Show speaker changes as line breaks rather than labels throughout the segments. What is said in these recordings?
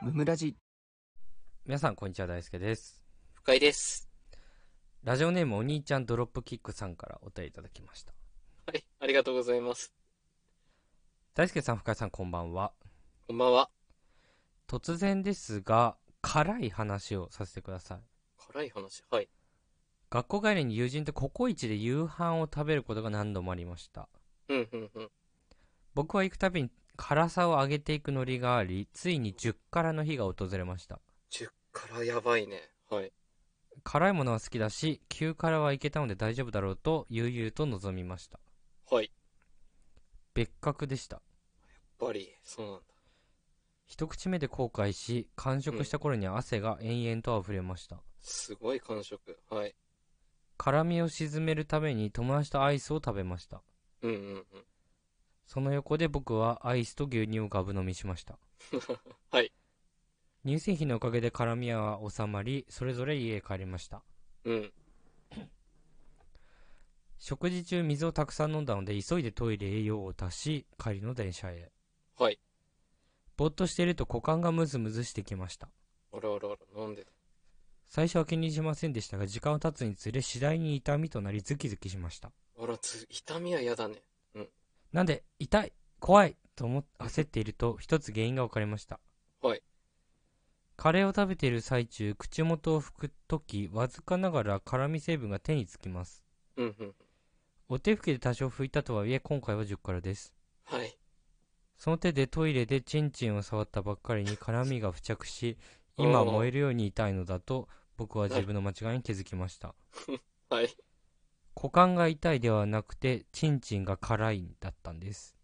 ムムラジ
皆さんこんにちは大輔です
深井です。
ラジオネームお兄ちゃんドロップキックさんからお便りいただきました
はい、ありがとうございます。
大輔さん深井さんこんばんは
こんばんは。
突然ですが辛い話をさせてください
辛い話。はい。
学校帰りに友人とココイチで夕飯を食べることが何度もありました
うん、うん、うん。
僕は行くたびに辛さを上げていくノリがありついに10辛の日が訪れました
10辛やばいね。はい。
辛いものは好きだし9辛はいけたので大丈夫だろうと悠々と望みました
はい。
別格でした
バリ、そうなんだ。
一口目で後悔し完食した頃には汗が延々と溢れました、
すごい感触。はい。
辛みを沈めるために友達とアイスを食べました
うん、うん、うん。
その横で僕はアイスと牛乳をガブ飲みしました
はい。
乳製品のおかげで辛みは収まりそれぞれ家へ帰りました
うん。
食事中水をたくさん飲んだので急いでトイレへ用を足し帰りの電車へ
はい。
ぼーっとしていると股間がムズムズしてきました
あらあらあら、なんでだ。
最初は気にしませんでしたが時間を経つにつれ次第に痛みとなりズキズキしました
あら、つ、痛みは嫌だね。
なんで痛い怖いと思っ焦っていると一つ原因が分かりました
はい
カレーを食べている最中口元を拭くときわずかながら辛み成分が手につきます
うん、うん。
お手拭きで多少拭いたとはいえ今回は10からです
はい。
その手でトイレでチンチンを触ったばっかりに辛みが付着し今
おー
燃えるように痛いのだと僕は自分の間違いに気づきました
はい。
股間が痛いではなくてチンチンが辛いだったんです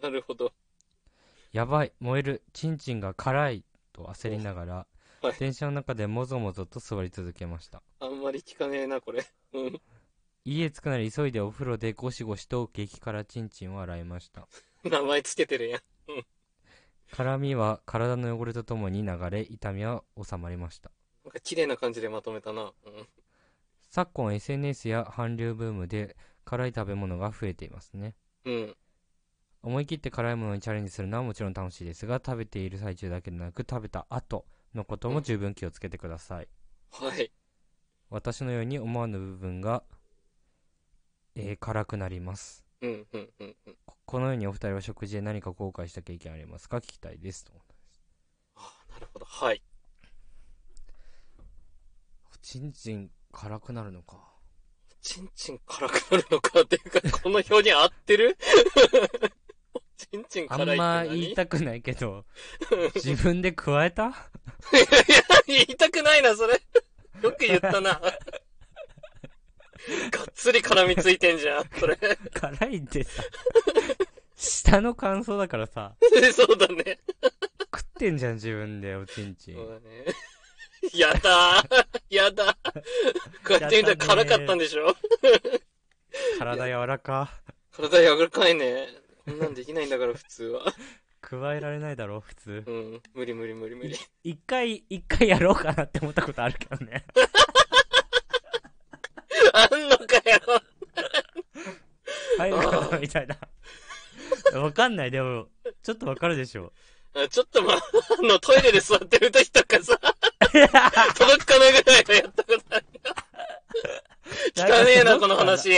なるほど。
やばい燃えるチンチンが辛いと焦りながら、
はい
電車の中でもぞもぞと座り続けました
あんまり効かねえな、これ。うん。
家着くなり急いでお風呂でゴシゴシと激辛チンチンを洗いました
名前つけてるやん。
辛みは体の汚れとともに流れ痛みは収まりました
なんか綺麗な感じでまとめたな。うん。
昨今 SNS や韓流ブームで辛い食べ物が増えていますね
うん。
思い切って辛いものにチャレンジするのはもちろん楽しいですが食べている最中だけでなく食べた後のことも十分気をつけてください
はい。
私のように思わぬ部分が、えー辛くなります
うん、うん、うん、うん。
ここのようにお二人は食事で何か後悔した経験ありますか聞きたいですと
ああ、なるほど。はい。
ちんちん辛くなるのか
ちんちん辛くなるのかっていうか、この表現合ってる ちんちん
あ
辛
ん
いって何
ま言いたくないけど自分で加えた
いや、言いたくないな、それ。よく言ったな。がっつり絡みついてんじゃん、それ。
辛いってさ下の感想だからさ
そうだね。
食ってんじゃん自分でおちんちん
そうだね。やだーやだこうやってみたら辛かったんでしょ
体柔らか
体やわらかいね。こんなんできないんだから、普通は。
加えられないだろ普通
うん。無理無理無理無 理。
一回一回やろうかなって思ったことあるけどね
あんのかよ
入るか なみたいな。わかんない、でも、ちょっとわかるでし ょ。
あちょっとまあ、あの、トイレで座ってる時とか さ、届くかなぐらいはやったことある。聞かねえな、この話。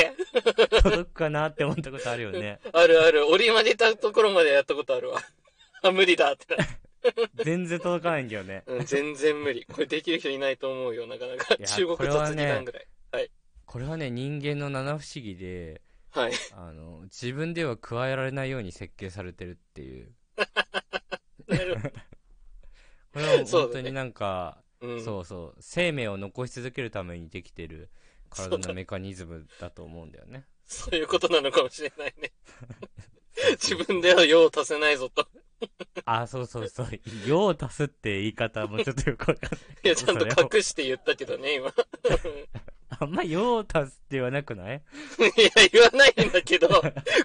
届くかなって思ったことあるよね。
あるある。折り曲げたところまでやったことあるわ。あ、無理だってな。
全然届かないんだよね。
うん、全然無理。これできる人いないと思うよ、なかなか
い。や
中国
これは
突
ね
撃団ぐらい。
これはね、人間の七不思議で、
はい。
あの、自分では加えられないように設計されてるっていう。
なる ほ
これは
そう
本
だ
当
ね
になんか、
どうん。
そうそう、生命を残し続けるためにできてる体のメカニズムだと思うんだよね。
そういうことなのかもしれない ね。自分では用を足せないぞと。
あ、そうそうそう。用を足すって言い方もちょっとよくわかんない。
いや、ちゃんと
そうだよ
隠して言ったけどね、今。
あんま用を足すって言わなくない
いや、言わないん だけど、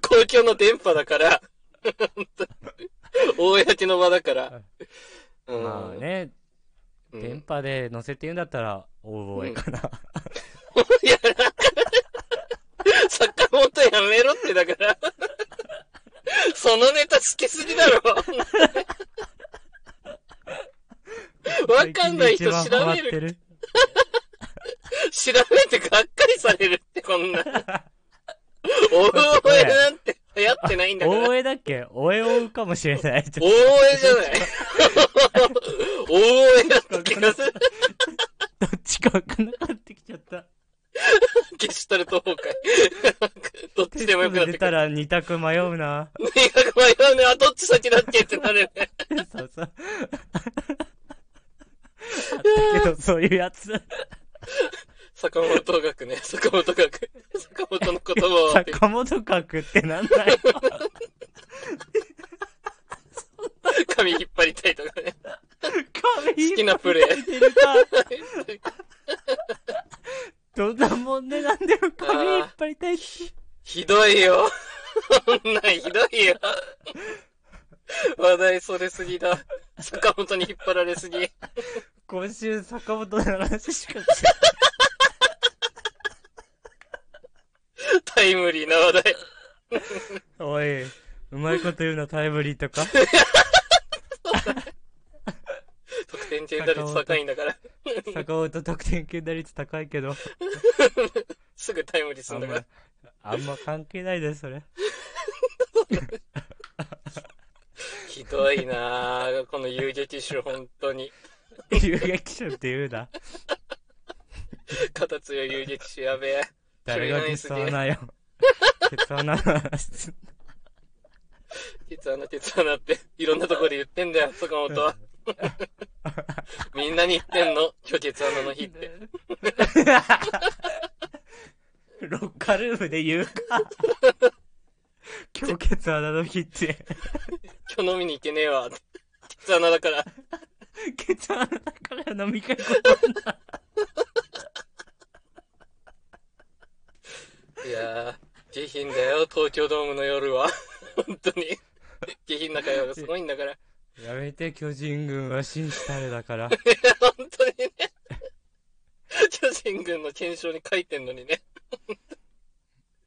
公共の電波だから、公の場だから。うん
まあね、
うん
電波で載せて言うんだったら、大声かな。
いや、なんか、坂本やめろって だから。 そのネタ好きすぎだろ。わかんない人
最近で一番
調べ
ハマってる。
調べてがっかりされるって、こんな。大江なんて流行ってないんだから。
大江だっけ大江追うかもしれない。ちょっ
大江じ ゃない大江だった気がする。
とどっちかわかんなくなってきちゃった。
ゲシュタルト崩 壊。どっちでもよくなって
出
く
た
る。
ら二択迷うな。
とにかく迷うね。あ、どっち先だっけってなるね。
そうそう。あったけど、そういうやつ。
坂本学ね。坂本学。坂本の言葉をって。
坂本角ってなんだよ。
髪引っ張りたいと かね。
好
好きな プレイ。
てるか。どんなもんでなんでも髪引っ張りたいって。
ひどいよ。そんなんひどいよ。話題それすぎだ。坂本に引っ張られすぎ。
今週坂本の話しか
タイムリーな話題。
おい、うまいこと言うな、タイムリーとか。
得点圏打率高いんだから。
坂本得点圏打率高いけど、
すぐタイムリーす
あ
る
ん
んだから
ま。、あんま関係ないです、それ。
ひどいなぁ、この遊撃手、本当に。
遊撃手って言うな。
肩強い遊撃手、やべえ。
誰がケツ穴よ。ケツ穴の話
鉄穴、鉄穴って、いろんなところで言ってんだよ、坂本は。みんなに言ってんの、今日鉄穴の日って。
ロッカールームで言うか。今日ケツ穴の日って、
今日飲みに行けねえわって。鉄穴だから。
ケツ穴だから飲み会ことになる。
いやー、下品だよ、東京ドームの夜は。本当に。下品な会話がすごいんだから。い
やめて、巨人軍は紳士たるだから。
や、本当にね。巨人軍の検証に書いてんのにね。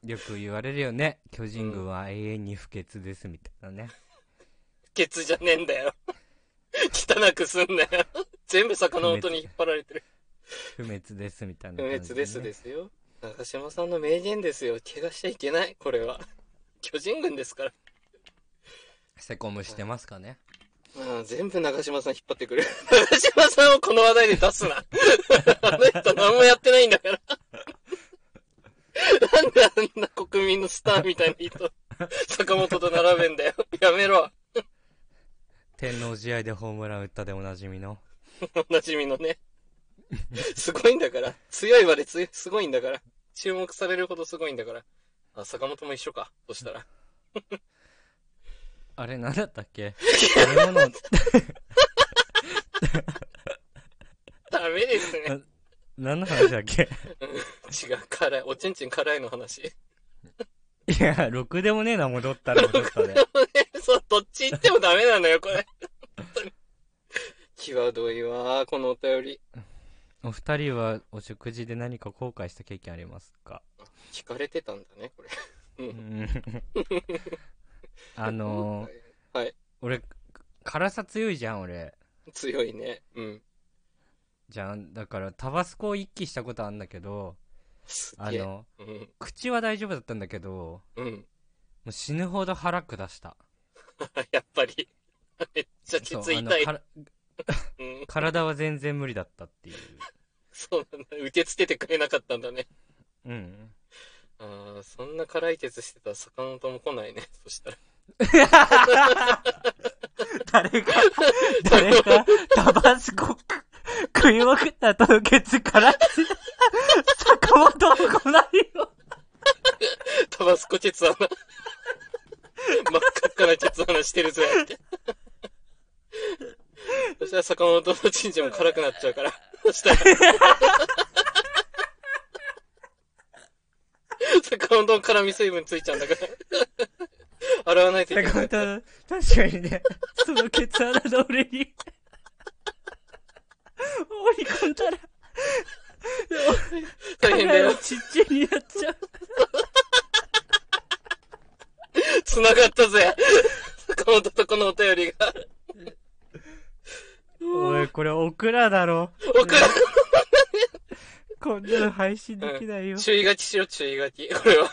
よく言われるよね。巨人軍は永遠に不潔ですみたいなね。
ケツじゃねえんだよ。汚くすんなよ。全部魚の音に引っ張られてる。
不滅ですみたいな感
不
じ、ね。
滅ですですよ。長島さんの名言ですよ。怪我しちゃいけない、これは。 巨人軍ですから。
セコムしてますかね。
まあ、全部長島さん引っ張ってくる。 長島さんをこの話題で出すな。 あの人何もやってないんだから。 なんであんな国民のスターみたいな 人、坂本と並べんだよ。やめろ。
天皇試合でホームラン打ったでおなじみの。
おなじみの ね。すごいんだから。強いまで強い、すごいんだから。注目されるほどすごいんだから。あ、坂本も一緒か。そしたら。
あれ、なんだったっけ食べ物、
ダメですね。
何の話だっけ
違う、辛い。おちんちん辛いの話。
いや、ろくでもねえな、戻ったら戻ったで。
そう、どっち行ってもダメなのよ、これ。際どいわ、このお便り。
お二人はお食事で何か後悔した経験ありますか
聞かれてたんだね、これ。
うんあのー、
はい。
俺、辛さ強いじゃん、俺。
強いね。うん。
じゃん。だから、タバスコを一気したことあんだけど、
す
あ
げえ。
の、
うん。
口は大丈夫だったんだけど、
うん。
もう死ぬほど腹下した。
やっぱり。 めっちゃき
そう
つい
あの
痛い。
から
うん。
体は全然無理だったっていう。
そうなんだ。受け付けてくれなかったんだね。
うん。
ああ、そんな辛い鉄してたら坂本も来ないね。そしたら。
誰が、誰が、タバスコ食いまくった後のケツから、坂本は来ないよ。
タバスコ鉄穴。真っ赤っかな鉄穴してるぜ。ってそしたら坂本のチンチンも辛くなっちゃうから。そしたら。坂本の辛み水分ついちゃうんだから。洗わないといけ
坂
ない。
本、確かにね、 そのケツ穴の俺に、折り込んだら、
大変だよ
体が。ちっちゃいになっちゃう。
繋がったぜ。坂本とこのお便りが。
おい、これ送僕らだろ。
僕ら、
こんなの配信できないよ。
注意書きしろ、注意書き。これは。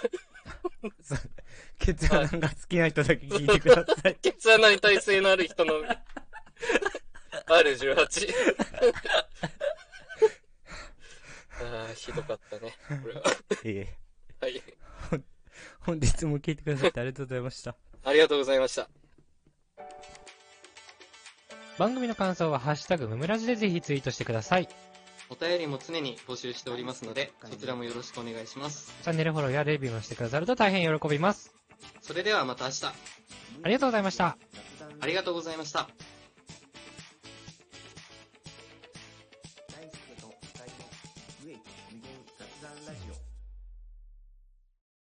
ケツ穴が好きな人だけ聞いてください。
ケツ穴に耐性のある人のみ。R18。ああ、ひどかったね。これは。
いえいえ
はい。
本日も聞いてくださってありがとうございました。
ありがとうございました。
番組の感想はハッシュタグムムラジでぜひツイートしてください。チ
お便りも常に募集しておりますので、そちらもよろしくお願いします。
ャンネルフォローやレビューもしてくださると大変喜びます。
それではまた明日、
ありがとうございました。
ありがとうございました。
大輔と二人の無益無限雑談ラジオ